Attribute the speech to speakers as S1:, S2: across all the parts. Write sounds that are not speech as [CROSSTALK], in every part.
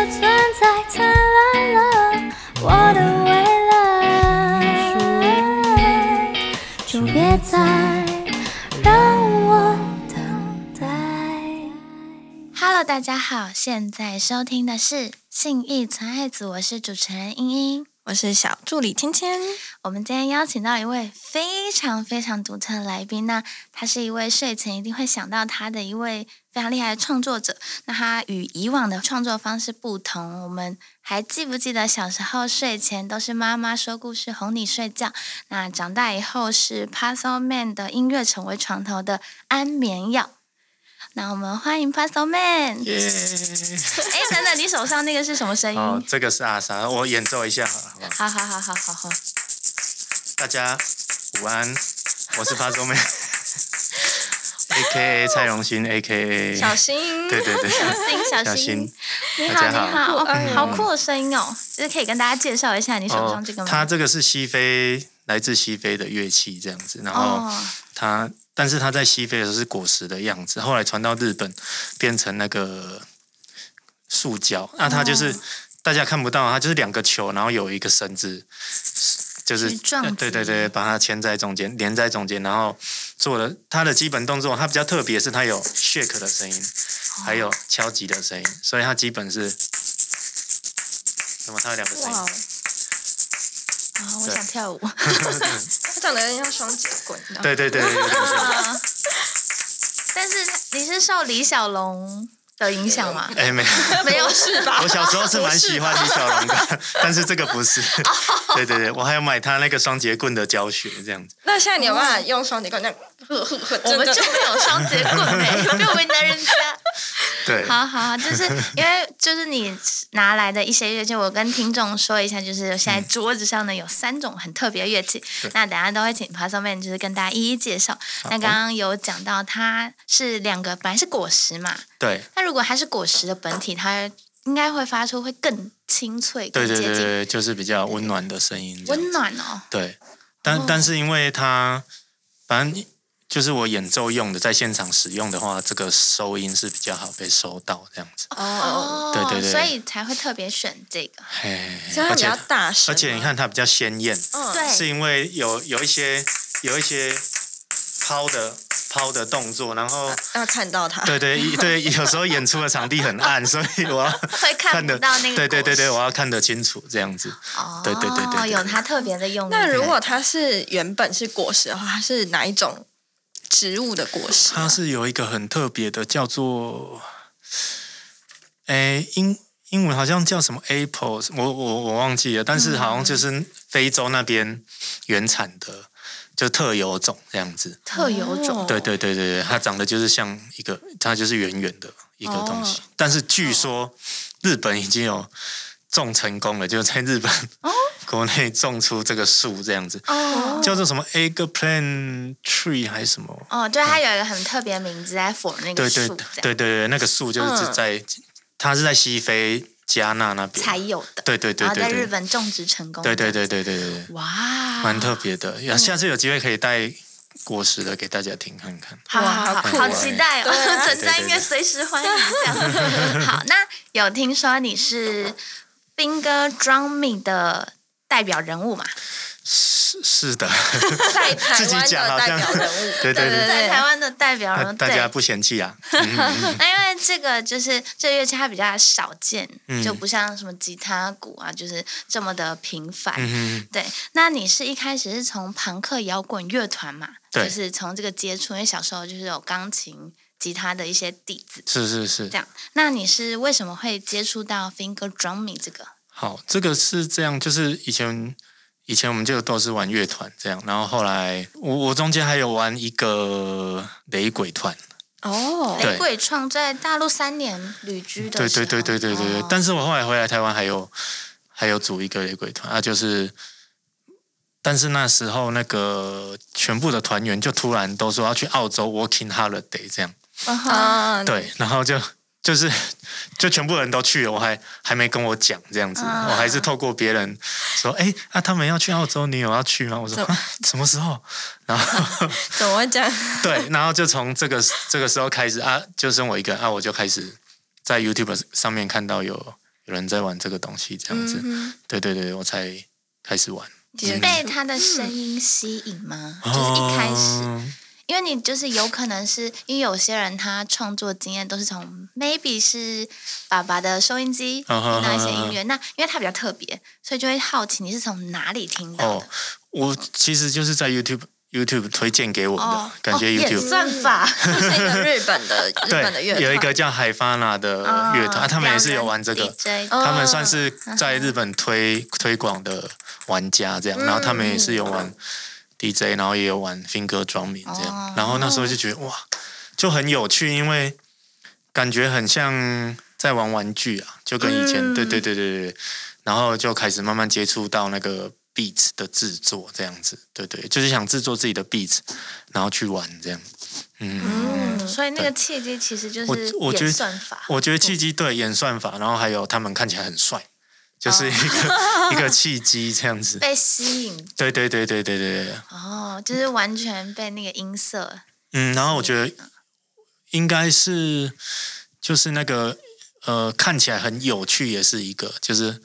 S1: 再灿烂了，我的未来，就别再让我等待。
S2: Hello，大家好，现在收听的是《信义纯爱组》，我是主持人英英。
S3: 我是小助理芊芊，
S2: 我们今天邀请到一位非常非常独特的来宾，那他是一位睡前一定会想到他的一位非常厉害的创作者。那他与以往的创作方式不同，我们还记不记得小时候睡前都是妈妈说故事哄你睡觉？那长大以后是 Puzzle Man 的音乐成为床头的安眠药。那我们欢迎 Puzzle Man。
S4: 耶！
S2: 哎，等等，你手上那个是什么声音？
S4: 哦，这个是阿莎，我演奏一下好了，好不
S2: 好
S4: 好
S2: 好好好好好。
S4: 大家午安，我是
S2: [LAUGHS]
S4: 发中妹，A K A 蔡荣欣，A K A，
S3: 小新，
S4: 对对对，
S2: [LAUGHS] 小新，小
S4: 小
S2: 新
S4: 新，，
S2: 你好，
S4: 大
S2: 你
S4: 家
S2: 好，
S4: 好
S2: 哦
S4: 嗯
S2: 好酷的声音哦！就是可以跟大家介绍一下你手
S4: 哦
S2: 上这个吗？
S4: 它这个是西非，来自西非的乐器这样子，然后
S2: 哦，
S4: 它，但是它在西非的时候是果实的样子，后来传到日本变成那个塑胶，那
S2: 哦
S4: 它就是、大家看不到，它就是两个球，然后有一个绳子，就是
S2: 去撞击
S4: 对对对，把它牵在中间，连在中间，然后做了它的基本动作，它比较特别是它有 shake 的声音，还有
S2: 哦
S4: 敲击的声音，所以它基本是。那么它有两个声音
S3: 哇哦，，
S2: 哦我
S4: 对
S2: 想跳舞。 [LAUGHS]
S3: 他长得有点像双节棍，你知道吗
S4: 对对对对对对
S2: [LAUGHS]
S4: 对
S2: 啊但是你是受李小龙的影响吗？
S4: 哎、没有，
S2: 没有是
S4: [LAUGHS]
S2: 吧？
S4: 我小时候是蛮喜欢李小龙的， [LAUGHS] 但是这个不是。 [LAUGHS] 对对对，我还有买他那个双节棍的教学这样子。
S3: 那现在你有办法用双节棍这样呵呵呵，
S2: 我
S3: 真
S2: 们
S3: 的
S2: 就没有双节棍呗，没有为难人家。
S4: 对，
S2: 好好，好，就是因为就是你拿来的一些乐器，我跟听众说一下，就是现在桌子上呢有三种很特别的乐器，
S4: 对
S2: 那等一下都会请 p a s s Man 就是跟大家一一介绍。那刚刚有讲到它是两个，本来是果实嘛，
S4: 对
S2: 那如果它是果实的本体，它应该会发出会更清脆、更
S4: 对对
S2: 接
S4: 对
S2: 近
S4: 对，就是比较温暖的声音这样。
S2: 温暖哦。
S4: 对，但、但是因为它，反正就是我演奏用的，在现场使用的话，这个收音是比较好被收到这样子。
S3: 哦，
S2: 哦，
S4: 对对对
S2: 所以才会特别选这个。
S4: 嘿，
S3: 所以它
S4: 而
S3: 比
S4: 且
S3: 较大声，
S4: 而且你，看它比较鲜艳，
S3: 嗯，
S2: 对
S4: 是因为有有一些有一些抛的抛的动作，然后。
S3: 要看到
S4: [LAUGHS]
S3: 它，
S4: 对对一对，有时候演出的场地很暗，所以我要
S2: [LAUGHS] 会 [LAUGHS] 看
S4: 看
S2: 不
S4: 得
S2: 到那个
S4: 对对对对，
S2: 果
S4: 我要看得清楚这样子。
S2: 实哦，
S4: 对对对对对
S2: 有它特别的用意。
S3: 那如果它是原本是果实的话，它是哪一种植物的果实啊？
S4: 它是有一个很特别的，叫做，诶英英文好像叫什么 apple，我我我忘记了，但是好像就是
S2: 嗯
S4: 非洲那边原产的，就特有种这样子。
S2: 特有种，
S4: 对对对对对，它长得就是像一个，它就是圆圆的一个东西。但是据说日本已经有种成功了，就是在日本、 [LAUGHS] 国内种出这个树这样子，
S2: 哦
S4: 叫做什么 eggplant tree 还是什么？
S2: 哦，对，它有一个很特别的名字在 for 那个
S4: 对对
S2: 树，
S4: 对
S2: 这样
S4: 对对对，那个树就是
S3: 嗯
S4: 在、它是在西非加纳那边
S2: 才有的。
S4: 对对对
S2: 然后
S4: 对
S2: 在日
S4: 对，
S2: 本种植成功。
S4: 对对对对对对对，
S2: 哇，
S4: 蛮特别的。呀下次有机会可以带果实的给大家听看看。
S2: 好好好，
S3: 哇好酷啊
S2: 好
S4: 哦
S2: 期待哦！ [LAUGHS] 存在音乐随时欢迎这样。好，那有听说你是 Finger Drumming 的代表人物嘛？
S4: 是是的，
S3: 在
S4: [LAUGHS]
S3: 台
S4: 自己
S3: 湾
S4: 讲
S3: 的
S4: 好
S3: 代
S4: 像
S3: 表人物，
S4: [LAUGHS]
S2: [LAUGHS]
S4: 对对对
S3: 对
S2: 在台湾的代表
S4: 大
S2: 人物，
S4: 大家
S2: 对。
S4: 不嫌弃
S2: [LAUGHS]
S4: 啊？
S2: 那因为这个就是这乐器它比较少见，
S4: 嗯
S2: 就不像什么吉他、鼓啊，就是这么的频繁。
S4: 嗯哼，
S2: 对，那你是一开始是从朋克摇滚乐团嘛？
S4: 对
S2: 就是从这个接触，因为小时候就是有钢琴、吉他的一些底子。
S4: 是是是
S2: 这。样，那你是为什么会接触到 finger drumming 这个？
S4: 好，这个是这样，就是以前以前我们就都是玩乐团这样，然后后来我我中间还有玩一个雷鬼团，
S3: 哦，
S4: 对
S2: 雷鬼创在大陆三年旅居的
S4: 对
S2: 时候，
S4: 对对对对对对。
S2: 哦
S4: 但是我后来回来台湾还有还有组一个雷鬼团啊，就是。但是那时候，那个全部的团员就突然都说要去澳洲 working holiday 这样，
S2: 嗯哼
S3: 啊，
S4: 对，然后就就是就全部人都去了，我还还没跟我讲这样子，
S2: 啊
S4: 我还是透过别人说，哎、啊，他们要去澳洲，你有要去吗？我说
S3: 怎
S4: 啊什么时候？然后
S3: 怎么会 [LAUGHS] 这样？
S4: 对，然后就从这个这个时候开始啊，就剩我一个人啊，我就开始在 YouTube 上面看到有有人在玩这个东西这样子。
S3: 嗯哼
S4: 对对对，我才开始玩。
S2: 是被他的声音吸引吗？就是一开始，
S4: 嗯哦
S2: 因为你就是有可能是因为有些人他创作经验都是从 maybe 是爸爸的收音机
S4: 啊哈
S2: 听到一些音乐，那因为他比较特别，所以就会好奇你是从哪里听到
S4: 哦
S2: 的。，
S4: 我其实就是在 YouTube YouTube 推荐给我的，
S2: 哦，
S4: 感谢
S2: 哦演
S4: YouTube、
S2: 算法，
S3: 是一个日本的日本的乐
S4: 对
S3: 团，
S4: 有一个叫海发娜的乐团、啊他们也是有玩这个。
S2: DJ
S3: 哦
S4: 他们算是在日本推、 [LAUGHS] 推广的玩家这样，
S3: 嗯
S4: 然后他们也是有玩 DJ，然后也有玩 finger drumming 这样，
S2: 哦
S4: 然后那时候就觉得哇，就很有趣，因为感觉很像在玩玩具啊，就跟以前、
S2: 嗯
S4: 对对对对对，然后就开始慢慢接触到那个 beat 的制作这样子，对对，就是想制作自己的 beat，然后去玩这样，嗯
S2: 嗯，所以那个契机其实就是
S4: 我我觉得
S2: 演算法，
S4: 我觉得契机对演算法，然后还有他们看起来很帅，
S3: 哦
S4: 就是一个、一
S3: [LAUGHS]
S4: 个契机这样子。
S2: 被吸引
S4: 对对对对对对对，
S2: 哦，就是完全被那个音色
S4: 嗯，然后我觉得应该是就是那个呃，看起来很有趣，也是一个就是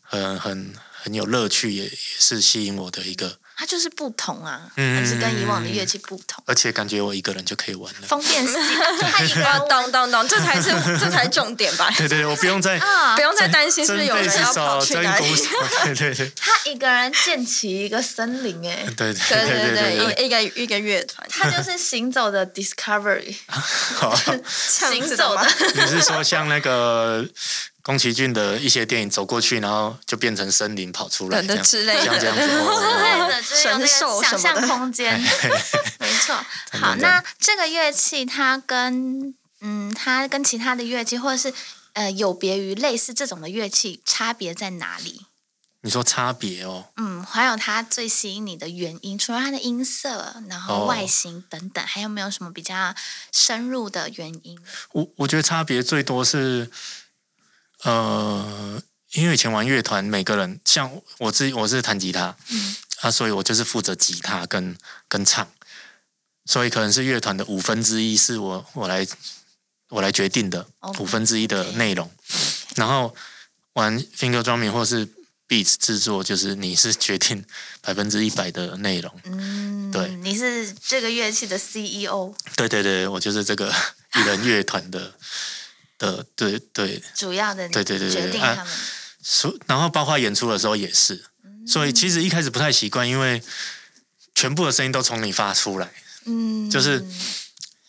S4: 很很很有乐趣，也也是吸引我的一个，
S2: 它就是不同啊，
S4: 嗯
S2: 还是跟以往的乐器不同，
S4: 而且感觉我一个人就可以玩了。
S2: 方 [LAUGHS] 便性，它一个 [LAUGHS] 人
S3: 当当当，
S4: [LAUGHS]
S3: 这才是这才是重点吧，
S4: 对对对，我不用
S2: [LAUGHS]
S4: 再
S2: 啊
S3: 不，用再担心是
S4: 真
S3: 不是有
S4: 贝
S3: 人
S4: 斯
S3: 要跑
S4: 手、
S3: 去
S4: 真
S3: 哪里
S4: 鼓。手，对对对
S2: 他一个人建起一个森林，哎，
S4: [LAUGHS] 对对
S3: 对
S4: 对
S3: 对
S4: 对对
S3: 对，一一个一个乐团，
S2: 他就是行走的 discovery，
S4: 好。
S2: 行走的，
S4: 你是说像那个宫崎骏的一些电影走过去，然后就变成森林跑出来
S3: 等
S4: 这
S3: 的
S4: 样
S3: 之类的
S4: 像这样
S2: [LAUGHS] 对
S4: 子。
S2: [LAUGHS]
S4: 哦
S2: 的，就是有那
S3: 神兽
S2: 个
S3: 什
S2: 想
S3: 么的
S2: 象空
S4: [LAUGHS]
S2: 间，没错。
S4: 真的
S2: 好，
S4: 真的
S2: 那这个乐器它跟嗯，它跟其他的乐器或者是呃，有别于类似这种的乐器，差别在哪里？
S4: 你说差别哦，
S2: 嗯，还有它最吸引你的原因，除了它的音色，然后
S4: 哦
S2: 外形等等，还有没有什么比较深入的原因？
S4: 我我觉得差别最多是，呃，因为以前玩乐团，每个人像我自己，我是弹吉他，
S2: 嗯
S4: 啊，所以我就是负责吉他跟跟唱，所以可能是乐团的五分之一是我我来我来决定的
S2: 哦
S4: 五分之一的内容，然后玩 finger drumming 或是 beats 制作，就是你是决定百分之一百的内容。
S2: 嗯，
S4: 对
S2: 你是这个乐器的 E CEO，
S4: 对对对，我就是这个 [LAUGHS] 一人乐团的的，对对，
S2: 主要的你
S4: 对对对对
S2: 决定
S4: 啊
S2: 他们。
S4: 所然后包括演出的时候也是，
S3: 嗯
S4: 所以其实一开始不太习惯，因为全部的声音都从你发出来，
S2: 嗯，
S4: 就是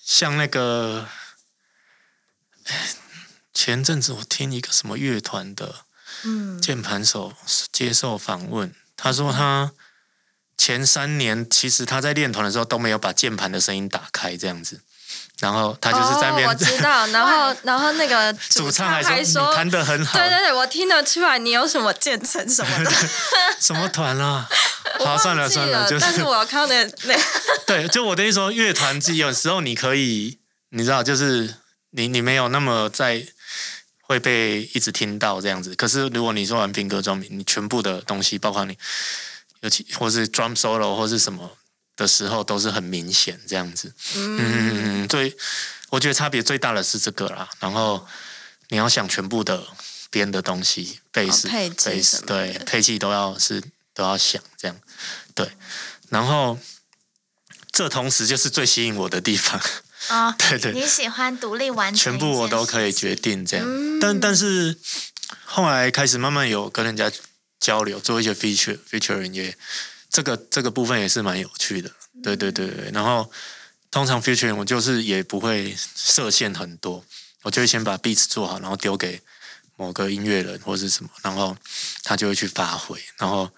S4: 像那个哎前阵子我听一个什么乐团的
S2: 嗯
S4: 键盘手接受访问，他说
S3: 嗯
S4: 他前三年其实他在练团的时候都没有把键盘的声音打开这样子，然后他就是在那边、
S3: 哦，我知道。然后然后那个
S4: [LAUGHS] 主唱
S3: 还
S4: 还说你弹的很好，
S3: 对对对，我听得出来你有什么渐层什么的。
S4: 什么团啦、啊？ [LAUGHS] 好，
S3: [LAUGHS] 我
S4: 算
S3: 忘
S4: 了
S3: 记
S4: 算
S3: 了，
S4: 了，就
S3: 但是我看到那那
S4: 对，就我的意思说，乐团自己有时候你可以，你知道，就是你你没有那么在会被一直听到这样子。可是如果你说玩兵歌装你全部的东西，包括你尤其或是 drum solo 或是什么的时候，都是很明显这样子。嗯嗯嗯，最我觉得差别最大的是这个啦。然后你要想全部的编的东西，贝斯、
S3: 哦配置
S4: 贝
S3: 什
S4: 斯
S3: 么
S4: 对配器都要是都要想这样，对，然后。这同时就是最吸引我的地方，
S2: 啊，
S4: 对对，
S2: 你喜欢独立完成
S4: 全
S2: 一件事情，嗯
S4: 部我都可以决定这样。但但是后来开始慢慢有跟人家交流，做一些 feature feature 音乐，这个这个部分也是蛮有趣的。
S2: 嗯
S4: 对对对对，然后通常 feature 我就是也不会设限很多，我就会先把 beats 做好，然后丢给某个音乐人或是什么，然后他就会去发挥，然后。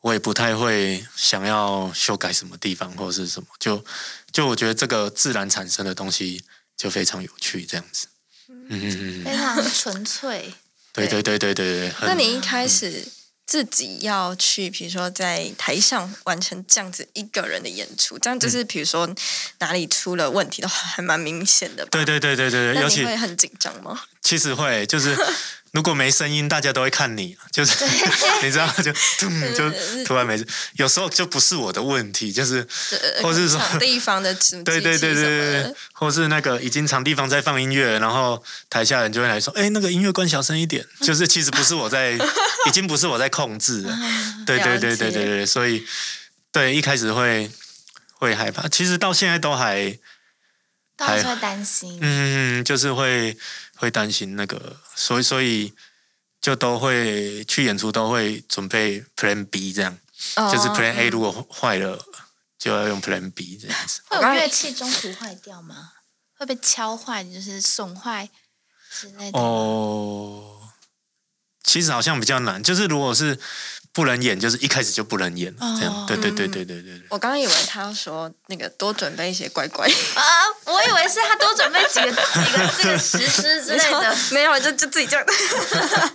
S4: 我也不太会想要修改什么地方或是什么，就就我觉得这个自然产生的东西就非常有趣，这样子。嗯嗯嗯嗯，
S2: 非常纯粹。
S4: 对对对对对对。很
S3: 那你一开始自己要去，比如说在台上完成这样子一个人的演出，这样
S4: 嗯
S3: 就是比如说哪里出了问题的话，还蛮明显的吧。
S4: 对对对对对对，
S3: 那
S4: 尤
S3: 你
S4: 其
S3: 会很紧张吗？
S4: 其实会，就是
S3: [LAUGHS]
S4: 如果没声音，大家都会看你，就是 [LAUGHS] 你知道，
S3: [LAUGHS]
S4: 就咚就突然没声，有时候就不是我的问题，就是
S3: 呃
S4: 或是说
S3: 场地方的什么
S4: 对对对对对，对，或是那个已经场地方在放音乐，然后台下人就会来说：“哎，那个音乐关小声一 [LAUGHS] 点。”就是其实不是我在，已经不是我在控制 [LAUGHS] 了。对对对对对对对，所以对一开始会会害怕，其实到现在都还
S2: 到时候会担心。
S4: 嗯，就是会会担心那个，所以所以就都会去演出都会准备 Plan B 这样，
S3: 哦
S4: 就是 Plan A 如果坏了就要用 Plan B 这样子。
S2: 会
S3: 我刚
S2: 有
S3: 才
S2: 乐器中途坏掉吗？会被敲坏，就是损坏之类的。
S4: 哦，其实好像比较难，就是如果是不能演，就是一开始就不能演了，这样。
S3: 嗯
S2: 哦
S4: 对对对对对对对。
S3: 我刚刚以为他要说那个多准备一些乖乖，
S2: 啊，我以为是他多准备几
S4: [LAUGHS]
S2: 个几个这个实施之类
S3: [LAUGHS]
S2: 的。
S3: 没有就就自己 [LAUGHS] 这样。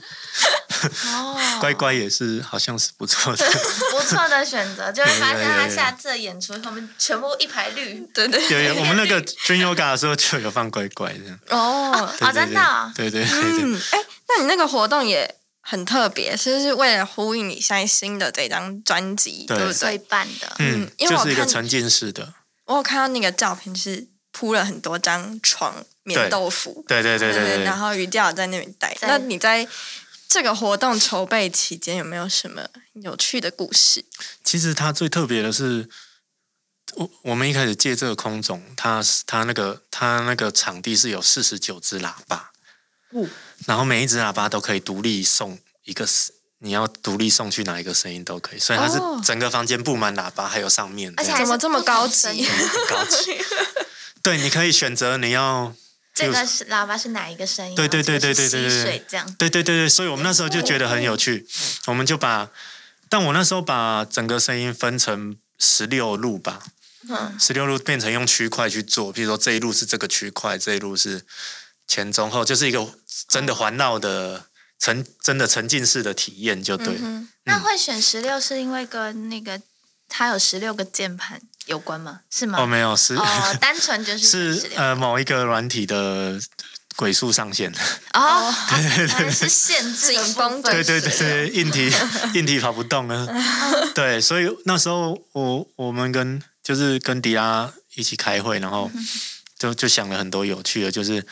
S2: 哦，
S4: 乖乖也是，好像是不错的。
S2: 不错的选择，就会发现
S4: 有有有
S2: 他
S4: 有
S2: 下次的演出后面全部一排绿。
S3: [LAUGHS] 对对
S4: 有有，我们那个 Dream Yoga 的时候就有放乖乖这样。
S3: 哦，
S4: 对
S2: 哦真的哦
S4: 对对对对对。
S3: 嗯，哎，那你那个活动也很特别，是不是为了呼应你现在新的这张专辑，
S4: 对
S3: 对不
S2: 最
S3: 对？
S2: 棒的，
S4: 嗯
S3: 嗯，因为
S4: 就
S3: 我
S4: 是一个
S3: 看
S4: 沉浸式的。
S3: 我有看到那个照片是铺了很多张床
S4: 对
S3: 棉豆腐，
S4: 对对对对对
S3: 然
S4: 对。
S3: 后鱼钓在那边待。
S2: 在
S3: 那你在这个活动筹备期间有没有什么有趣的故事？
S4: 其实它最特别的是。我我们一开始借这个空总，它是它那个它那个场地是有四十九只喇叭，
S2: 哦
S4: 然后每一只喇叭都可以独立送一个声，你要独立送去哪一个声音都可以，所以它是
S3: 哦
S4: 整个房间布满喇叭，还有上面这
S2: 而且
S4: 样，
S2: 还是
S3: 怎么这么高级 [LAUGHS]
S2: 不同声音
S4: 很高
S2: [LAUGHS]
S4: 级。对，你可以选择你要，
S2: 这个是喇叭是哪一个声音？
S4: 对对对对对
S2: 这
S4: 对
S2: 个
S4: 对
S2: 是溪
S4: 对嗯
S2: 水这样。
S4: 对对对对，所以我们那时候就觉得很有趣，我们就把，但我那时候把整个声音分成十六路吧，
S2: 嗯，
S4: 十六路变成用区块去做，比如说这一路是这个区块，这一路是前中后，就是一个真的环绕的沉真的沉浸式的体验就对了。
S2: 那会选十六是因为跟那个它有十六个键盘有关吗？是吗？
S4: 哦，没有，是、 [LAUGHS]
S2: 哦，单纯就是
S4: 是
S2: 十六
S4: 呃某一个软体的鬼数上限，
S2: 哦，还是限制的部分
S3: 紧绷着
S4: 对对对对，硬体硬体跑不动啊，对，所以那时候我我们跟就是跟迪拉一起开会，然后就就想了很多有趣的，就是。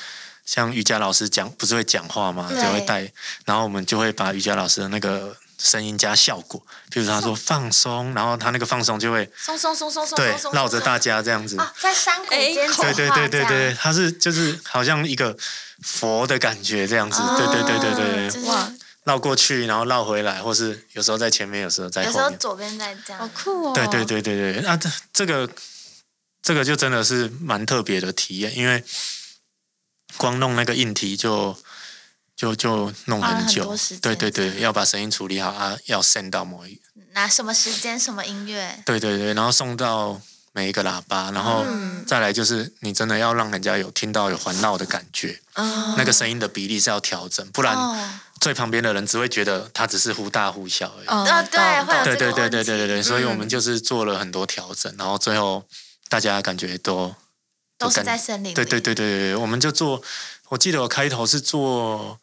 S4: 像瑜伽老师讲，不是会讲话吗？就
S2: 对
S4: 会带，然后我们就会把瑜伽老师的那个声音加效果，比如他说放松，然后他那个放松就会
S2: 松松松松松
S4: 对
S2: 松松，
S4: 绕着大家这样子，
S2: 啊，在山谷
S3: 哎
S2: 间讲话
S4: 对对对对
S2: 这
S4: 对，
S2: 样，
S4: 它是就是好像一个佛的感觉这样子，
S2: 哦
S4: 对对对对
S2: 就
S4: 对，
S2: 是
S3: 哇，
S4: 绕过去然后绕回来，或是有时候在前面，有时候在
S2: 有时
S4: 后
S2: 候
S4: 面，
S2: 左边在这
S3: 好
S2: 样，
S3: 酷哦！
S4: 对对，对对对，啊这这个这个就真的是蛮特别的体验，因为光弄那个硬题就。就就弄
S2: 花了
S4: 很
S2: 很
S4: 久，
S2: 多时间
S4: 对对对，要把声音处理好啊，要 send 到某一，
S2: 嗯拿什么时间什么音乐，
S4: 对对对，然后送到每一个喇叭，然后
S3: 嗯
S4: 再来就是你真的要让人家有听到有环绕的感觉，
S3: 嗯，
S4: 那个声音的比例是要调整，不然
S2: 哦，
S4: 最旁边的人只会觉得它只是忽大忽小而已。
S3: 哦
S2: 哦对
S3: 懂
S2: 会有
S3: 懂
S4: 对对
S2: 这个
S4: 对
S2: 问
S4: 对对对对，所以
S3: 嗯
S4: 我们就是做了很多调整，然后最后大家感觉都
S2: 都是
S4: 感
S2: 在森林里，
S4: 对对对对对，对我们就做，我记得我开头是做，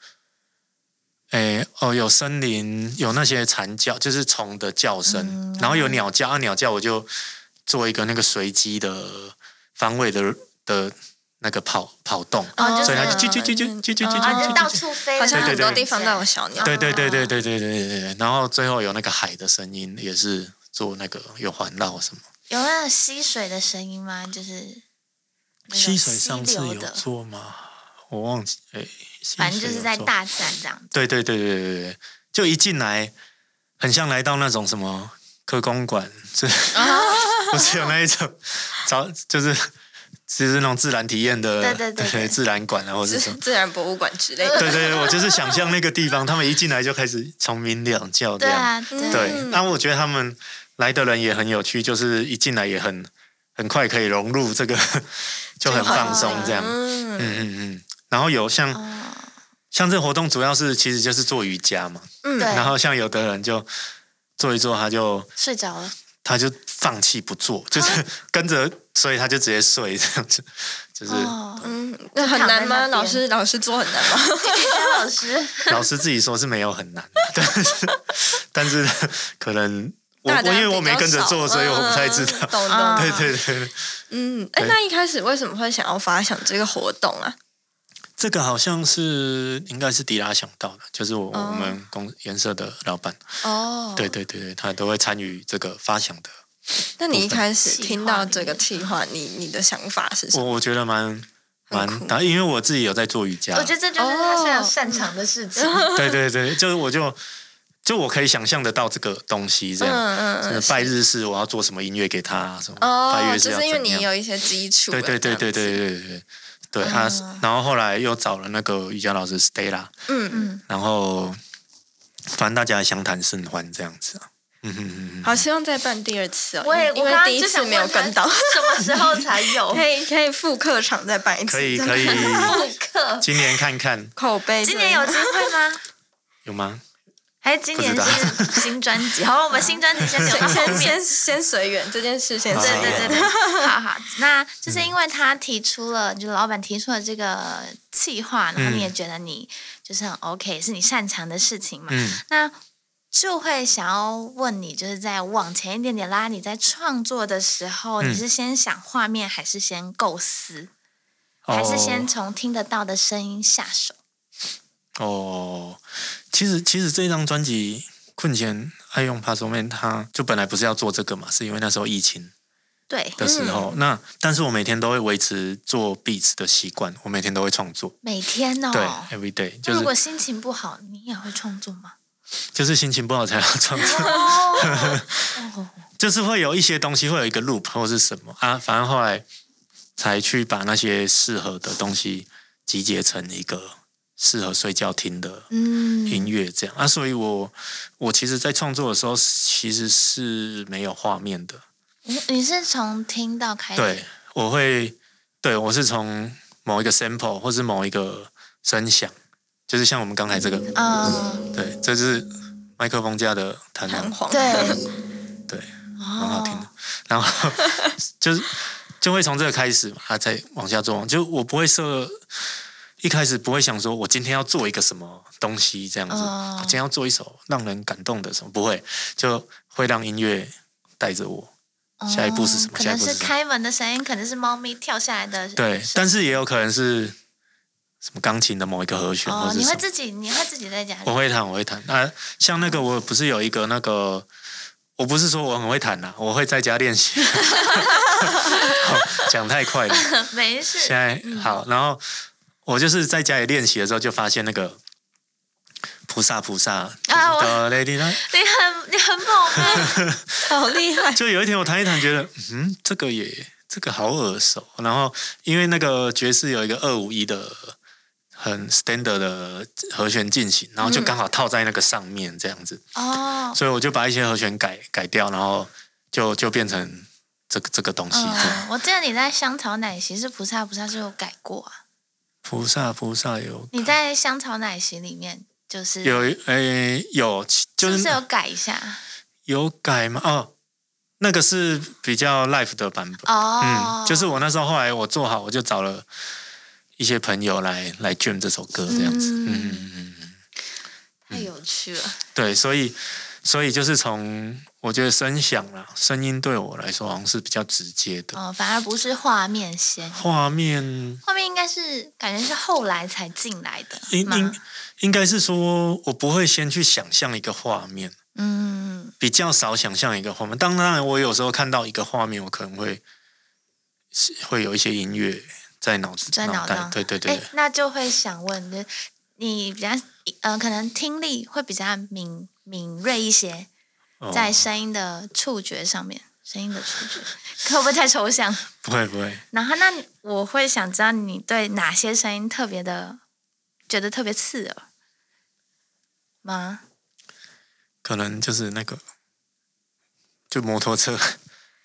S4: 诶哦，有森林，有那些蝉叫，就是虫的叫声，
S2: 嗯
S4: 然后有鸟叫，啊鸟叫我就做一个那个随机的方位的的那个跑跑动，
S2: 哦，就是
S4: 所以它就啾
S3: 嗯
S4: 啾啾啾啾啾啾
S2: 啊，
S4: 啾
S2: 就
S4: 啾
S2: 到处飞，
S3: 好像
S4: 对对
S3: 很
S4: 对
S3: 多地方都有小鸟。
S4: 对对对对对对对对对对，然后最后有那个海的声音，也是做那个有环绕什么。
S2: 有那种溪水的声音吗？就是那种
S4: 溪水上次
S2: 溪流
S4: 有
S2: 的，
S4: 做吗？我忘记，哎，溪
S2: 反正就
S4: 水
S2: 是
S4: 有
S2: 在
S4: 做。
S2: 大自然这样。
S4: 对对对对对对对，就一进来，很像来到那种什么科公馆，
S2: [LAUGHS]
S4: 这不是有那一种，早就是就是那种自然体验的，
S2: 对对
S4: [LAUGHS]
S2: 对对
S4: 自然馆啊，或者
S3: 自
S4: 是什么。
S3: 自然博物馆之类的，
S4: 对对对，我就是想象那个地方，他们一进来就开始虫鸣鸟叫这
S2: 对
S4: 样。
S2: 啊，对
S4: 对，那我觉得他们来的人也很有趣，就是一进来也很很快可以融入这个， [LAUGHS] 就很放松这样。嗯
S3: 嗯，
S4: 嗯嗯。然后有像、
S3: 哦
S4: 像这活动主要是其实就是做瑜伽嘛，
S3: 嗯
S2: 对
S4: 然后像有的人就做一做他就
S2: 睡着了，
S4: 他就
S3: 啊
S4: [LAUGHS] 放弃不做，就是跟着，所以他就直接睡这样子，就
S2: [LAUGHS]
S4: 是、
S2: 哦，
S3: 嗯那很难
S2: 躺在那
S3: 吗？
S2: 边
S3: 老师老师做很难吗？
S2: 老师，
S4: 老师自己说是没有很难， [LAUGHS] 但是但是可能我
S3: [LAUGHS] 大
S4: 我
S3: 家
S4: 因为我没跟着做，
S3: 比较少
S4: 所以我不太知道
S3: 嗯。懂懂。 [LAUGHS]
S2: 嗯
S4: 对对对，对
S3: 嗯，哎，
S4: 对
S3: 那一开始为什么会想要发想这个活动啊？
S4: 这个好像是应该是迪拉想到的，就是我、
S3: 哦
S4: 我们公颜社的老板，
S3: 哦，
S4: 对。对对对，他都会参与这个发想的。
S3: 那你一开始听到这个
S2: 企
S3: 计划，你你的想法是什 [LAUGHS]
S4: 我
S3: 么？
S4: 我觉得蛮
S3: 很
S4: 蛮
S3: 酷，
S4: 然后因为我自己有在做瑜伽，
S2: [LAUGHS] 我觉得这就是他非常擅长的事情。
S4: 对对对，就是我就就我可以想象得到这个东西这样。
S3: 嗯嗯
S4: 就是拜日是我要做什么音乐给他，什么、拜
S3: 哦，
S4: 月是
S3: 就
S4: 要
S3: 是
S4: 怎
S3: 因为你
S4: 样？
S3: 有一些基础了。
S4: 对对对对
S3: 这样子。
S4: 对对对对对，他、然后后来又找了那个瑜伽老师 Stella，
S3: 嗯嗯。
S2: 嗯，
S4: 然后反正大家相谈甚欢这样子啊。嗯哼嗯
S3: 好，希望再办第二次哦。
S2: [LAUGHS] 我也
S3: 因
S2: 我
S3: 为
S2: 刚刚
S3: 第一
S2: 就
S3: 次
S2: 想
S3: 没有
S2: 问他
S3: 跟到。
S2: 什么时候才 [LAUGHS] 有
S3: [LAUGHS] 可以可以复刻场再办一次，
S4: 可以
S3: 这样 [LAUGHS]
S4: 可以，
S2: 复刻？
S4: 今年看看
S3: 口碑
S2: 今
S3: 真的。
S2: 年有机会吗？
S4: 有吗？
S2: 还是今年
S4: 不知 [LAUGHS]
S2: 是新专辑？好，我们新专辑先留到后
S3: 先
S2: 面。
S3: 先先随缘这件事，先
S4: 好
S3: 随
S2: 对对对
S3: 缘。
S2: 对，好
S4: [LAUGHS]
S2: 好，那
S4: 嗯
S2: 就是因为他提出了，就是老板提出了这个计划，然后
S4: 嗯
S2: 你也觉得你就是很 OK，是你擅长的事情嘛？
S4: 嗯，
S2: 那就会想要问你，就是在往前一点点拉，你在创作的时候，
S4: 嗯
S2: 你是先想画面，还是先构思，还是先
S4: 哦
S2: 从听得到的声音下手？
S4: 哦，其实其实这张专辑《困前爱用 p a s o m a n 它就本来不是要做这个嘛，是因为那时候疫情
S2: 对，
S4: 的时候，
S2: 嗯
S4: 那但是我每天都会维持做 beats 的习惯，我每天都会创作，
S2: 每天哦。
S4: 对，every day，
S2: 那
S4: 就
S2: 如果
S4: 是
S2: 心情不好，你也会创作吗？
S4: 就是心情不好才要创作。
S2: 哦，
S4: [LAUGHS] 就是会有一些东西会有一个 loop 或是什么啊，反正后来才去把那些适合的东西集结成一个适合睡觉听的
S2: 嗯，
S4: 音乐这样、啊，所以我我其实，在创作的时候其实是没有画面的，
S2: 你嗯你是从听到开始？
S4: 对，我会对我是从某一个 sample 或是某一个声响，就是像我们刚才这个，
S2: 嗯，
S4: 对，这就是麦克风架的弹簧
S3: 弹，簧。
S2: 对，
S4: 对，蛮好听的
S2: 哦，。[LAUGHS]
S4: 然后就是就会从这个开始嘛，啊，再往下做。就我不会设一开始不会想说我今天要做一个什么东西这样子，
S2: 哦
S4: 我今天要做一首让人感动的什么，不会，就会让音乐带着我。下一步是什
S2: 哦
S4: 么
S2: 嗯可
S4: 下一
S2: 能
S4: 步
S2: 是
S4: 是什么
S2: 开门的声音，可能是猫咪跳下来的声音。
S4: 对，但是也有可能是什么钢琴的某一个和弦，
S2: 哦
S4: 或，者
S2: 你
S4: 什
S2: 会
S4: 么。
S2: 自己，你会自己在家里
S4: 我会弹，我会弹啊！像那个，我不是有一个那个，我不是说我很会弹啦、我会在家练习。 [LAUGHS] 好讲太快了，
S2: [LAUGHS] 没事
S4: 现。在
S2: 嗯
S4: 好，然后我就是在家里练习的时候，就发现那个菩萨菩萨
S2: 啊我
S4: 的 Lady 呢，
S2: 你很你很猛
S4: [LAUGHS]
S2: 啊！
S3: 好厉害。
S4: 就有一天我弹一弹，觉得嗯，这个也这个好耳熟。然后因为那个爵士有一个二五一的很 standard 的和弦进行，然后
S2: 嗯
S4: 就刚好套在那个上面这样子，
S2: 哦，
S4: 所以我就把一些和弦改改掉，然后就就变成这个这个东西这样。
S2: 嗯，我记得你在香草奶昔是菩萨菩萨是有改过啊。
S4: 菩萨菩萨有
S2: 你在香草奶昔里面就是
S4: 有诶、有，就是是
S2: 不是有改一下？
S4: 有改吗？哦，那个是比较 live 的版本。
S2: 哦
S4: 嗯，，就是我那时候后来我做好，我就找了一些朋友来来 jam 这首歌这样子。嗯嗯嗯嗯嗯，
S2: 太有趣了。
S4: 对，所以所以就是从我觉得声响啦，声音对我来说好像是比较直接的。
S2: 哦，反而不是画面先，
S4: 画面
S2: 画面应该是感觉是后来才进来的嗯
S4: 应
S2: 嘛
S4: 应。应该是说，我不会先去想象一个画面，
S2: 嗯，
S4: 比较少想象一个画面。当然，我有时候看到一个画面，我可能会是会有一些音乐在脑子
S2: 在脑
S4: 袋
S2: 中。，
S4: 对对对
S2: 哎，那就会想问，就是你比较呃，可能听力会比较敏敏锐一些，
S4: 哦
S2: 在声音的触觉上面，声音的触觉会不会太抽象？ [LAUGHS]
S4: 不会不会，
S2: 然后，那你我会想知道你对哪些声音特别的觉得特别刺耳吗？
S4: 可能就是那个就摩托车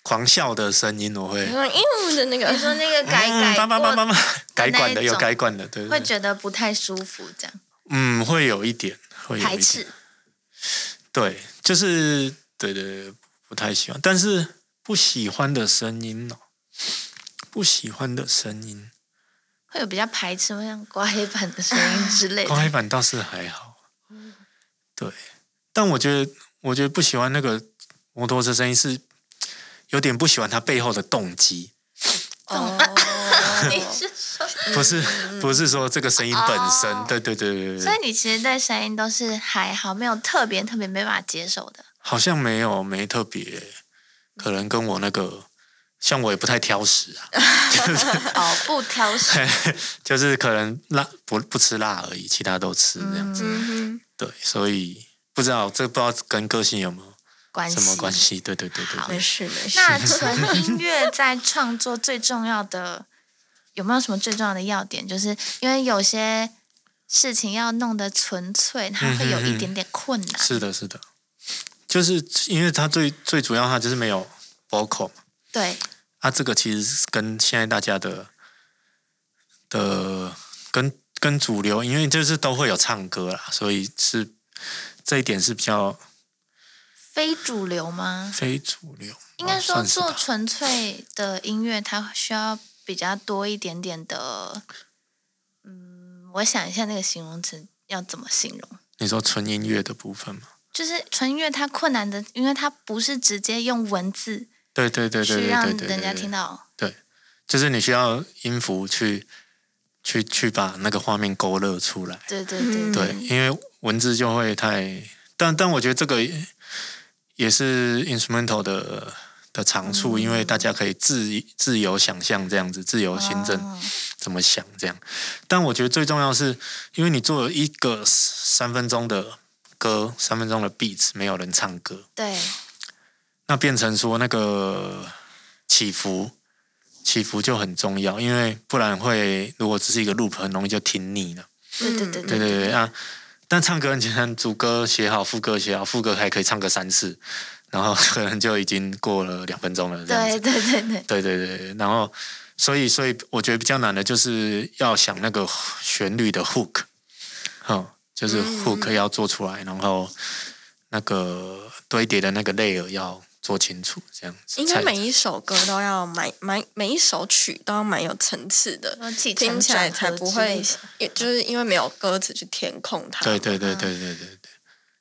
S4: 狂笑的声音，我会
S3: 那种嗯的那个
S2: 你，说那个改
S4: 嗯
S2: 改
S4: 叭叭叭叭
S2: 过，
S4: 叭 [LAUGHS] 改管的
S2: 那一种
S4: 有改管的，对对
S2: 会
S4: 对，
S2: 觉得不太舒服，这样
S4: 嗯，会有一点会有
S2: 排
S4: 一点
S2: 斥，
S4: 对，就是对对对，不太喜欢，但是不喜欢的声音哦，不喜欢的声音，
S2: 会有比较排斥，会像刮黑板的声音之类
S4: 高黑
S2: 的。
S4: 板倒是还好，
S2: 嗯
S4: [LAUGHS] 对，但我觉得我觉得不喜欢那个摩托车声音是有点不喜欢它背后的动机，
S3: 哦，
S2: 你是说，
S4: 不是不是说这个声音本身，对对对对
S2: 嗯
S4: 对
S2: 哦所
S4: 对，
S2: 以你其实对声音都是还好，没有特别特别没办法接受的。
S4: 好像没有没特别，可能跟我那个像我也不太挑食啊，
S2: 哦，不挑
S4: [LAUGHS]
S2: 食，
S4: 就是可能辣不不吃辣而已，其他都吃这样子，
S3: 嗯
S4: 对，所以不知道这不知道跟个性有没有
S2: 关系
S4: 什么关？系，对对对对
S3: 哼，
S4: 对
S3: 没。事没事。
S2: 那纯音乐在创作最重要的有没有什么最重要的要点？就是因为有些事情要弄得纯粹，它会有一点点困难。
S4: 是的，是的，就是因为它最最主要，它就是没有 vocal 嘛。
S2: 对，
S4: 啊，这个其实是跟现在大家的的跟跟主流，因为就是都会有唱歌啦，所以是这一点是比较
S2: 非主流吗？
S4: 非主流。
S2: 应该
S4: 哦
S2: 说
S4: 算是
S2: 做
S4: 吧
S2: 纯粹的音乐，它需要比较多一点点的，嗯，我想一下那个形容词要怎么形容。
S4: 你说纯音乐的部分嘛？
S2: 就是纯音乐，它困难的，因为它不是直接用文字
S4: 对对对对
S2: 去
S4: 对
S2: 让
S4: 对对对
S2: 人家听
S4: 对，
S2: 到，
S4: 就是你需要音符去去去把那个画面勾勒出来。
S2: 对对对
S3: 嗯
S4: 对，因为文字就会太，但但我觉得这个也也是 instrumental 的的长处，因为大家可以自自由想象这样子，自由行政
S2: 哦
S4: 怎么想这样。但我觉得最重要是，因为你做了一个三分钟的歌，三分钟的 beats，没有人唱歌，
S2: 对，
S4: 那变成说那个起伏。起伏就很重要，因为不然会，如果只是一个 loop，很容易就听腻了。
S2: 对对对
S4: 对对对啊！但唱歌很简单，主歌写好，副歌写好，副歌还可以唱个三次，然后 [LAUGHS] 可能就已经过了两分钟了。这
S2: 对
S4: 样子。
S2: 对对
S3: [LAUGHS]
S2: 对，
S4: 对对对对，然后所以所以我觉得比较难的就是要想那个旋律的 hook，嗯，就是 hook 要做出来，然后那个堆叠的那个 layer 要做清楚，这样子。
S3: 应该
S4: 才
S3: 每一首歌都要蛮蛮，每一首曲都要蛮有层次的，
S2: 然后起承
S3: 听嗯起来
S2: 转
S3: 才
S2: 合
S3: 不
S2: 之
S3: 会
S2: 类的，
S3: 也就是因为没有歌词去填空它。
S4: 对对对对对对对，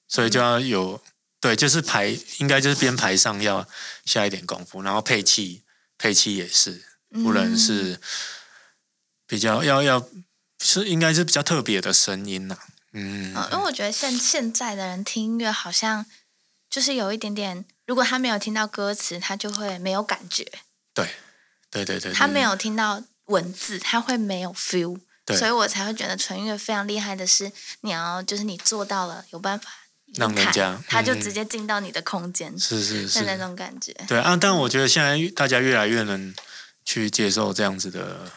S4: 所以就要有对，就是排应该就是编排上要下一点功夫，然后配器配器也是，
S2: 嗯
S4: 不能
S3: 嗯
S4: 是比较要要是应该是比较特别的声音呐、嗯，
S3: 呃
S2: 嗯，因为我觉得现现在的人听音乐好像就是有一点点，如果他没有听到歌词，他就会没有感觉，
S4: 对对对对，
S2: 他没有听到文字，他会没有 feel，
S4: 对
S2: 所以我才会觉得纯音乐非常厉害的是，你要就是你做到了，有办法一
S4: 让人
S2: 弹
S4: 家
S2: 他就
S4: 嗯
S2: 直接进到你的空间，
S4: 是是
S2: 是那
S4: 是，
S2: 种感
S4: [LAUGHS]
S2: 觉。
S4: 对啊，但我觉得现在大家越来越能去接受这样子的。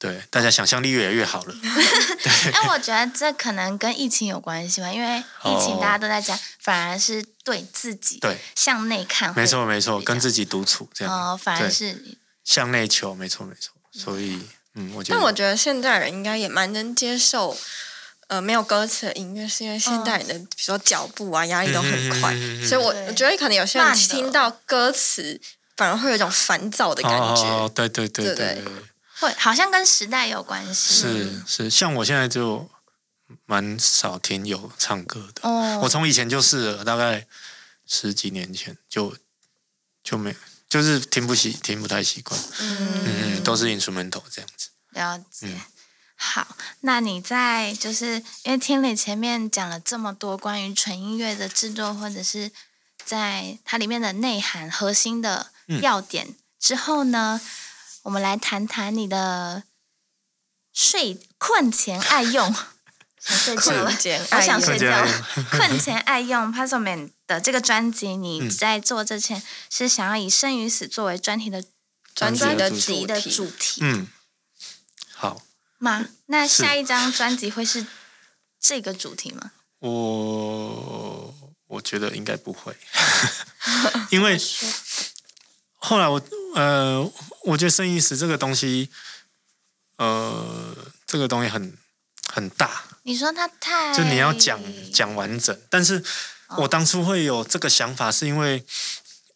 S4: 对，大家想象力越来越好了。
S2: 哎，我觉得这可能跟疫情有关系吧，因为疫情
S4: 哦
S2: 大家都在家，反而是对自己
S4: 对，
S2: 向内看会，
S4: 没错没错，
S2: 比较
S4: 跟自己独处这样。
S2: 哦，反而
S4: 对
S2: 是
S4: 向内求，没错没错。所以，嗯，我觉得，
S3: 但我觉得现代人应该也蛮能接受，呃，没有歌词的音乐，是因为现代人的、比如说脚步啊压力都很快，
S4: 嗯嗯嗯嗯嗯嗯
S3: 所以我
S2: 对
S3: 我觉得可能有些人
S2: 慢的
S3: 听到歌词反而会有一种烦躁的感觉。
S4: 哦，对对对对
S3: 对
S4: 对
S3: 对
S4: 对，
S2: 会好像跟时代有关系，
S4: 是是，像我现在就蛮少听有唱歌的，
S2: 哦，
S4: 我从以前就是了，大概十几年前就就没，就是听不习，听不太习惯，嗯嗯，都是 instrumental 这样子。
S2: 了解。
S4: 嗯
S2: 好，那你在就是因为听磊前面讲了这么多关于纯音乐的制作，或者是在它里面的内涵、核心的
S4: 嗯
S2: 要点、之后呢，我们来谈谈你的睡困前爱用， [LAUGHS] 想睡觉了
S3: 困。间哎
S2: 我
S3: 爱
S2: 想
S3: 用
S2: 睡
S4: 困前
S2: 觉
S4: 爱
S2: 了。 [LAUGHS] 困前爱用 Puzzleman 的这个专辑，你
S4: 嗯
S2: 在做之前是想要以生与死作为专题的
S3: 专辑
S4: 专
S3: 的
S4: 辑
S2: 集
S3: 主
S2: 的
S3: 题，
S2: 主题
S4: 嗯，好，
S2: 吗？那
S4: 是
S2: 下一张专辑会是这个主题吗？
S4: 我我觉得应该不会， [LAUGHS] 因为后来我呃，我觉得生意史这个东西，呃，这个东西很很大，
S2: 你说它太
S4: 就你要讲
S2: 哎
S4: 讲完整。但是我当初会有这个想法，是因为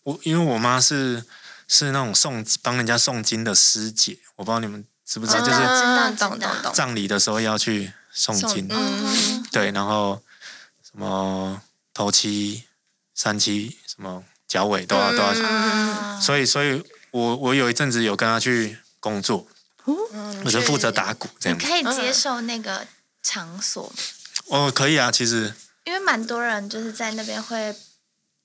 S4: 我因为我妈是是那种诵帮人家诵经的师姐，我不知道你们知不知
S2: 知
S4: 道？
S2: 道
S4: 就是
S3: 嗯
S2: 知道
S3: 懂
S2: 知道
S3: 懂懂，
S4: 葬礼的时候要去诵经，
S3: 嗯，
S4: 对，然后什么头七、三七、什么脚尾
S3: 嗯
S4: 都要、
S2: 嗯
S4: 都要。
S2: 啊，
S4: 所以，所以我我有一阵子有跟他去工作，
S3: 嗯
S4: 我就负责打鼓这
S2: 你
S4: 样子。
S2: 可以接受那个场所吗，
S4: 哦，可以啊，其实
S2: 因为蛮多人就是在那边会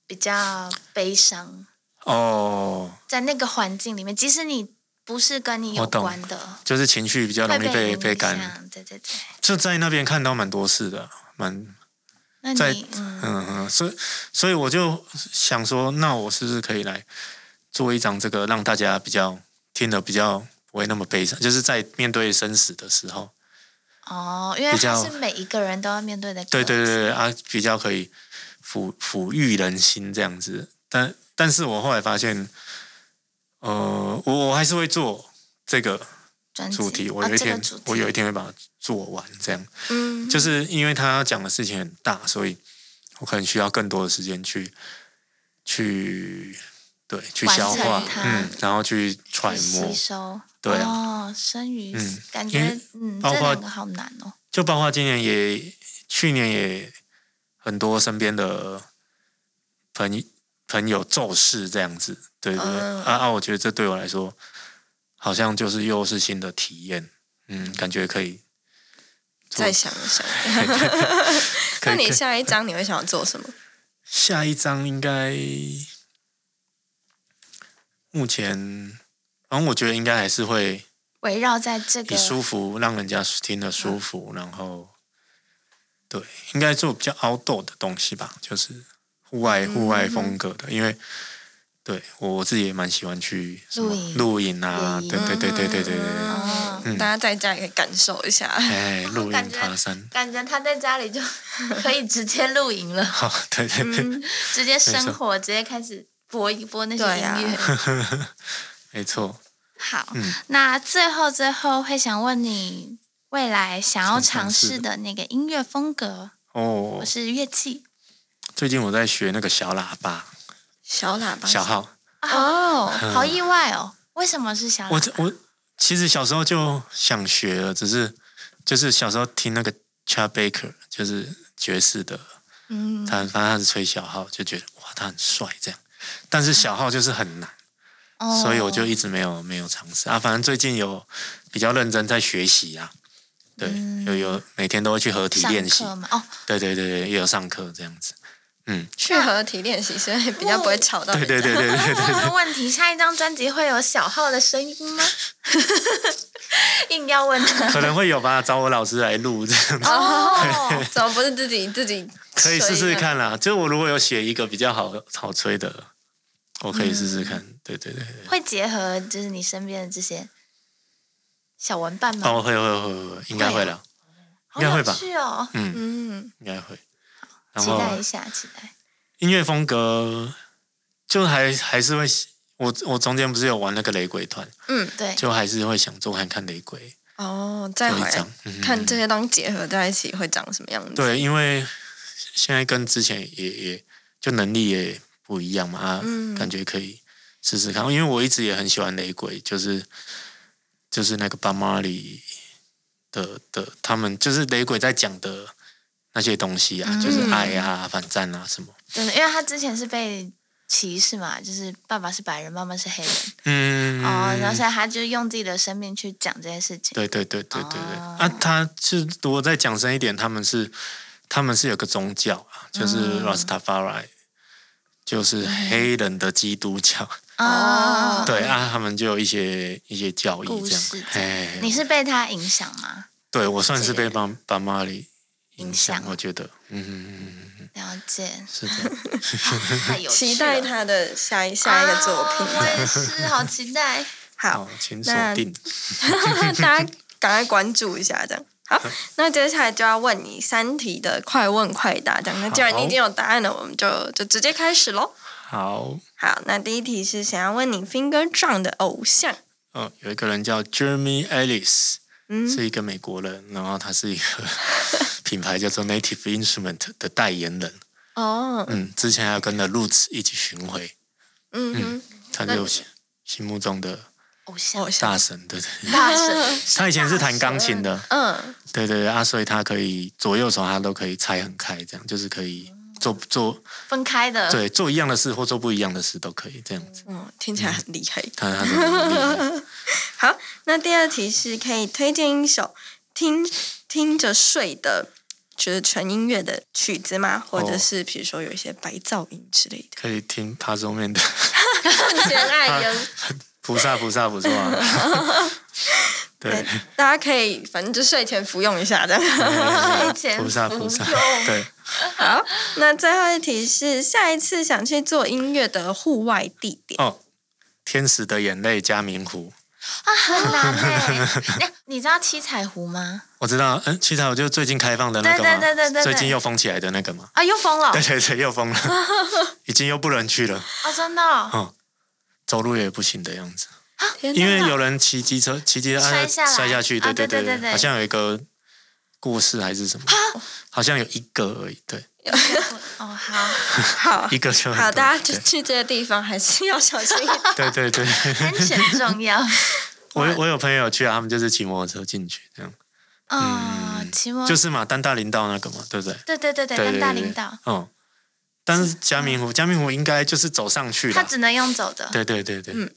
S2: 比较悲伤，
S4: 哦，
S2: 在那个环境里面，即使你不是跟你有
S4: 我懂
S2: 关的，
S4: 就是情绪比较
S2: 会
S4: 容易被
S2: 被
S4: 被
S2: 影
S4: 感染。
S2: 响。对对对，
S4: 就在那边看到蛮多事的，蛮
S2: 那
S4: 在
S2: 你嗯，
S4: 嗯嗯，所以所以我就想说，那我是不是可以来做一张这个，让大家比较听得比较不会那么悲伤，就是在面对生死的时候，
S2: 哦，因为
S4: 比较
S2: 它是每一个人都要面对的课
S4: 对
S2: 题，
S4: 对对对啊，比较可以抚抚育人心这样子。但但是我后来发现，呃，我我还是会做这个
S2: 专辑，
S4: 主题，我
S2: 哦
S4: 有一
S2: 这个
S4: 天、
S2: 主题
S4: 我有一天会把它做完这样。
S3: 嗯，
S4: 就是因为他讲的事情很大，所以我可能需要更多的时间去去对去
S2: 完
S4: 消
S2: 成
S4: 化，
S2: 它
S4: 嗯，然后去
S2: 去
S4: 揣摩
S2: 吸，收，
S4: 对啊
S2: 哦，生于
S4: 嗯
S2: 感
S4: 因
S2: 觉
S4: 为
S2: 嗯，
S4: 包
S2: 这
S4: 括
S2: 两个好难哦，
S4: 就包括今年也去年也很多身边的朋友朋友骤逝这样子，对对对，
S3: 嗯
S4: 啊啊，我觉得这对我来说好像就是又是新的体验，嗯，感觉可以。做
S3: 再想一想。
S4: 可
S3: 那
S4: 以可
S3: 你
S4: 以
S3: 下一张你会想要做什么？
S4: 下一张应该目前，反正我觉得应该还是会
S2: 围绕在这个
S4: 以舒服让人家听得舒
S2: 嗯
S4: 服，然后对，应该做比较 outdoor 的东西吧，就是户外
S2: 嗯
S4: 户外风格的，因为对我自己也蛮喜欢去什么
S2: 露营
S4: 露营啊，
S2: 野营
S4: 对对对对对对对对，
S2: 哦
S4: 嗯
S3: 大家在家也可以感受一下。
S4: 哎，露
S2: 感
S4: 营
S2: 觉
S4: 爬山，
S2: [LAUGHS]
S4: [LAUGHS]
S2: 感觉他在家里 [LAUGHS] 就可以直接露营了，
S4: 好，对对对，
S2: 嗯直接
S4: 错
S2: 生活，直接开始播一播那些
S3: 对啊
S2: 音乐。
S4: [LAUGHS] 没错，
S2: 好，
S4: 嗯
S2: 那最后最后会想问你未来想要
S4: 想
S2: 尝
S4: 尝试
S2: 试的那个音乐风格，
S4: 哦
S2: 或，是乐器
S4: 最近我在学那个小喇叭
S3: 小喇叭，
S4: 小号。
S2: 哦，好意外哦，为什么是小喇
S4: 嗯我
S2: 叭？
S4: 我其实小时候就想学了，只是就是小时候听那个 Chad Baker，就是爵士的，
S2: 嗯，
S4: 他反正他是吹小号，就觉得哇他很帅这样。但是小号就是很难，
S2: 哦
S4: 所以我就一直没有没有尝试啊。反正最近有比较认真在学习啊，对，有有每天都会去合体
S2: 上
S4: 练习，
S2: 课嘛，哦，
S4: 对对对对，也有上课这样子。
S3: 去合体练习，所以比较不会吵到。 [LAUGHS]
S4: 对对对对对对
S2: 那个问题，下一张专辑会有小号的声音吗？硬要问他
S4: 可能会有吧，找我老师来录这样子。
S3: [LAUGHS]
S2: 哦，
S3: 怎么不是自己自己？
S4: 可以试试。看啦。就我如果有写一个比较好好吹的，我可以试试看。对对对，对
S2: 会结合就是你身边的这些小玩伴吗？
S4: 哦，会会会会，应该会啦，
S2: 好
S4: 应该会
S2: 有
S4: 吧
S2: 趣哦，
S4: 嗯，
S3: 嗯，
S4: 应该会。然
S2: 期待
S4: 后
S2: 一下，期待。
S4: 音乐风格就还还是会，我我中间不是有玩那个雷鬼团，
S2: 对，
S4: 就还是会想做看看雷鬼
S3: 嗯哦，再
S4: 这
S3: 回
S4: 一
S3: 来
S4: 张。嗯
S3: 看这些东西结合在一起会长什么样子。，
S4: 对，因为现在跟之前也也就能力也不一样嘛，啊，
S3: 嗯
S4: 感觉可以试试看。因为我一直也很喜欢雷鬼，就是就是那个巴马里的的，他们就是雷鬼在讲的那些东西啊，就是
S2: 嗯
S4: 爱啊、反战啊什么。
S2: 真的，因为他之前是被歧视嘛，就是爸爸是白人，妈妈是黑人，
S4: 嗯，
S2: 哦，然后所以他就用自己的生命去讲这件事情。
S4: 对对对对对对，
S2: 哦
S4: 啊，他是如果再讲深一点，他们是他们是有个宗教啊，就是
S2: 嗯
S4: Rastafari，、就是黑人的基督教。
S2: 啊，
S4: [LAUGHS] 对啊，他们就有一些一些教义
S2: 故
S4: 这样
S2: 事。
S4: 哎，
S2: 你是被他影响吗？
S4: 对我算是被巴巴马里影
S2: 影
S4: 响，
S2: 响
S4: 我觉得，嗯嗯嗯，嗯
S2: 了
S4: [LAUGHS]
S2: 解，
S4: 是的，
S2: 太有趣了
S3: 期待他的下一下一个作品。
S2: 啊我也是，好期待。哦
S3: 好
S4: 好，，哦请锁
S3: 那
S4: 定。
S3: [LAUGHS] 大家赶快关注一下，这样。好，那接下来就要问你三题的快问快答，这样。那既然你已经有答案了，我们就就直接开始喽。
S4: 好，
S3: 好，那第一题是想要问你 Finger John 的偶像，
S4: 哦，有一个人叫 Jeremy Ellis，
S3: 嗯，
S4: 是一个美国人，然后他是一个 [LAUGHS] 品牌叫做 Native Instrument 的代言人。
S3: 哦，
S4: 嗯，之前还有跟着 Roots 一起巡回，
S3: 嗯哼，
S4: 他
S3: 那
S4: 就
S3: 你
S4: 心目中的
S2: 偶像
S3: 偶，像
S4: 大神，对对对，
S2: 大神，
S4: 他以前是弹钢琴的，
S3: 嗯，
S4: 对对对啊，所以他可以左右手他都可以拆很开，这样就是可以做做
S2: 分开的，
S4: 对做一样的事或做不一样的事都可以这样子。
S3: 哦，听起来很厉害。
S4: 他他真的很厉害
S3: 好，那第二题是可以推荐一首听听着睡的，就是纯音乐的曲子吗？或者是比如说有一些白噪音之类的？
S4: 可以听 Puzzle Man 的
S3: 真爱人，
S4: 菩萨菩萨不错啊，对，
S3: 大家可以反正就睡前服用一下这样。
S2: 前
S4: 菩萨菩萨
S2: 服用，
S4: 对，
S3: 好，那最后一题是下一次想去做音乐的户外地点。
S4: 哦，天使的眼泪加明湖，
S2: 啊， [LAUGHS] 很
S3: [LAUGHS]
S2: 难哎、你你知道七彩湖吗？
S4: 我知道，嗯，其实我就最近开放的那个嘛，
S2: 对对对对对对
S4: 最近又封起来的那个嘛，
S2: 啊，又疯了
S4: 对对对，又封了，已经又不能去了，
S2: 哦，真的哦、
S4: 走路也不行的样子。
S3: 天哪
S4: 因为有人骑机车，骑机车
S2: 摔
S4: 啊
S2: 下来
S4: 摔下去，
S2: 啊
S4: 对
S2: 对
S4: 对
S2: 对对
S4: 好像有一个故事还是什么，好像有一个而已，对，
S2: 哦，好，
S3: 好
S4: 一个就很
S3: 啊好，
S4: 多
S3: 大家去去这个地方还是要小心一
S2: [LAUGHS]
S3: 点。
S4: 对对对对，
S2: 安全重
S4: [LAUGHS]
S2: 要。哦
S4: 我我有朋友去啊，他们就是骑摩托车进去，这样
S2: 哦，骑摩，
S4: 嗯就是嘛，丹大林道那个嘛，对不对？
S2: 对对对对，跟
S4: 对对对
S2: 大
S4: 对
S2: 领导，
S4: 哦，但是嘉明湖，嘉明湖应该就是走上去
S2: 他
S4: 了，
S2: 只能用走的。
S4: 对对对对，
S3: 嗯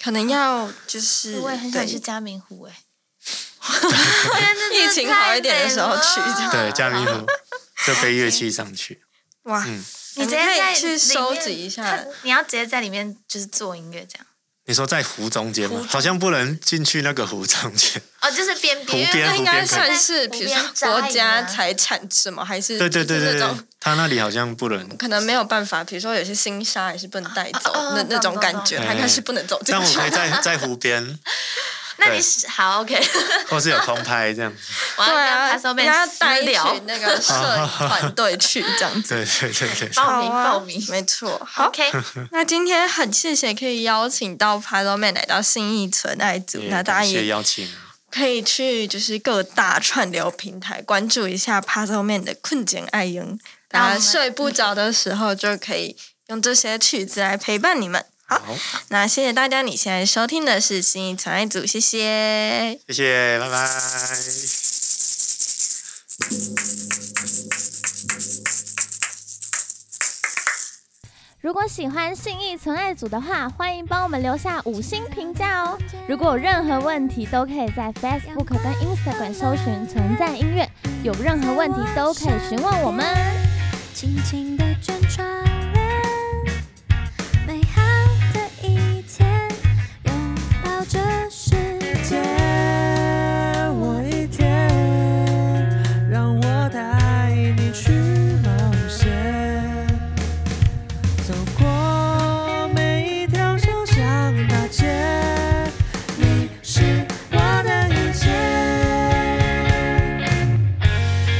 S3: 可能要就是
S2: 我也很想去
S3: 对
S2: 嘉明湖 [LAUGHS] 哎、欸，
S3: 疫情好一点的时候去
S2: 真的太美了
S4: 对嘉明湖就背乐器上去，
S3: 哇，
S4: 嗯，
S2: 你直接在
S3: 你可以去收
S2: 里面
S3: 集一下
S2: 它你要直接在里面就是做音乐这样。
S4: 你说在湖中间吗？好像不能进去那个湖中间，
S2: 哦，就是边
S4: 湖
S2: 边，
S4: 边
S2: 因
S3: 那
S2: 为
S3: 应该算是，
S2: 湖边啊
S3: 比如说国家财产是吗？还是
S4: 对对对对
S3: 就是那
S4: 对
S3: 种，
S4: 他那里好像不能。
S3: 可能没有办法，比如说有些星沙也是不能带走
S2: 啊啊啊
S3: 那
S2: 懂
S3: 那种感觉，
S4: 懂懂
S3: 它应该是不能走进
S4: 哎但我
S3: 去
S4: 可。以在 [LAUGHS] 在湖边，
S2: 那你是好 OK， [LAUGHS]
S4: 或是有空拍这样。
S2: 我
S3: 对
S2: 要
S3: 啊
S2: 跟 p a，
S3: 人家
S2: s
S3: 带
S2: 私
S3: 一
S2: 聊
S3: 群
S4: [LAUGHS]
S3: 那个社团队去这样子。
S4: 对对对对，
S2: 报名
S3: 好啊
S2: 报名
S3: 没错。好，
S2: ，OK，
S3: 那今天很谢谢可以邀请到 p a d o Man 来到信义纯爱组，
S4: 也
S3: 那大家
S4: 感谢
S3: 也
S4: 邀请，
S3: 可以去就是各大串流平台关注一下 Puzzle Man 的困境爱营，
S2: 那我
S3: 大
S2: 们
S3: 家睡不着的时候就可以用这些曲子来陪伴你们。好，
S4: 好，
S3: 那谢谢大家，你现在收听的是新一传爱组，谢谢。
S4: 谢谢，拜拜。
S5: 如果喜欢信义存爱组的话，欢迎帮我们留下五星评价哦。如果有任何问题，都可以在 Facebook 跟 Instagram 搜寻“存在音乐”，有任何问题都可以询问我们。
S1: 轻轻地卷窗帘，美好的一天，拥抱这世界。
S6: 我一天，让我带你去冒险，走过每一条小巷大街，你是我的一切。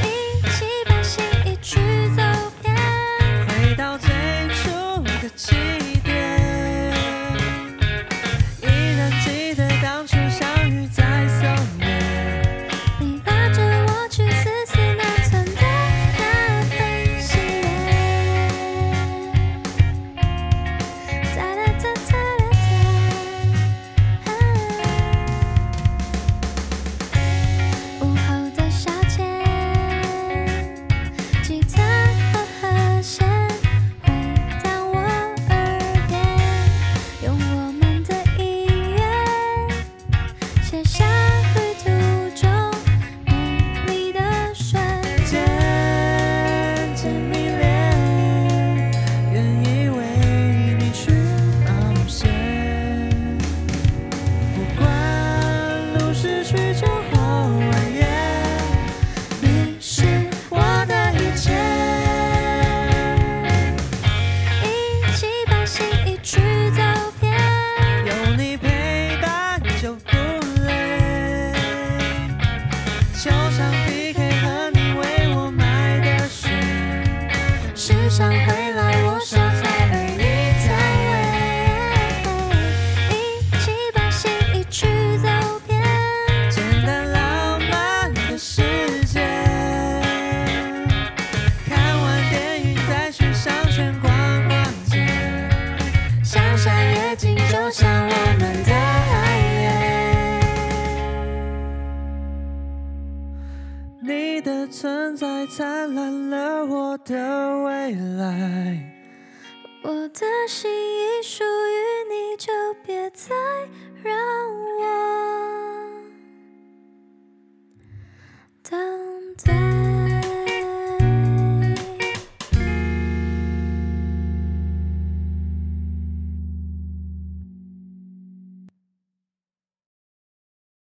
S1: 一起把心意去走遍，
S6: 回到爱灿烂了我的未来。
S1: 我的心已属于你，就别再让我等待。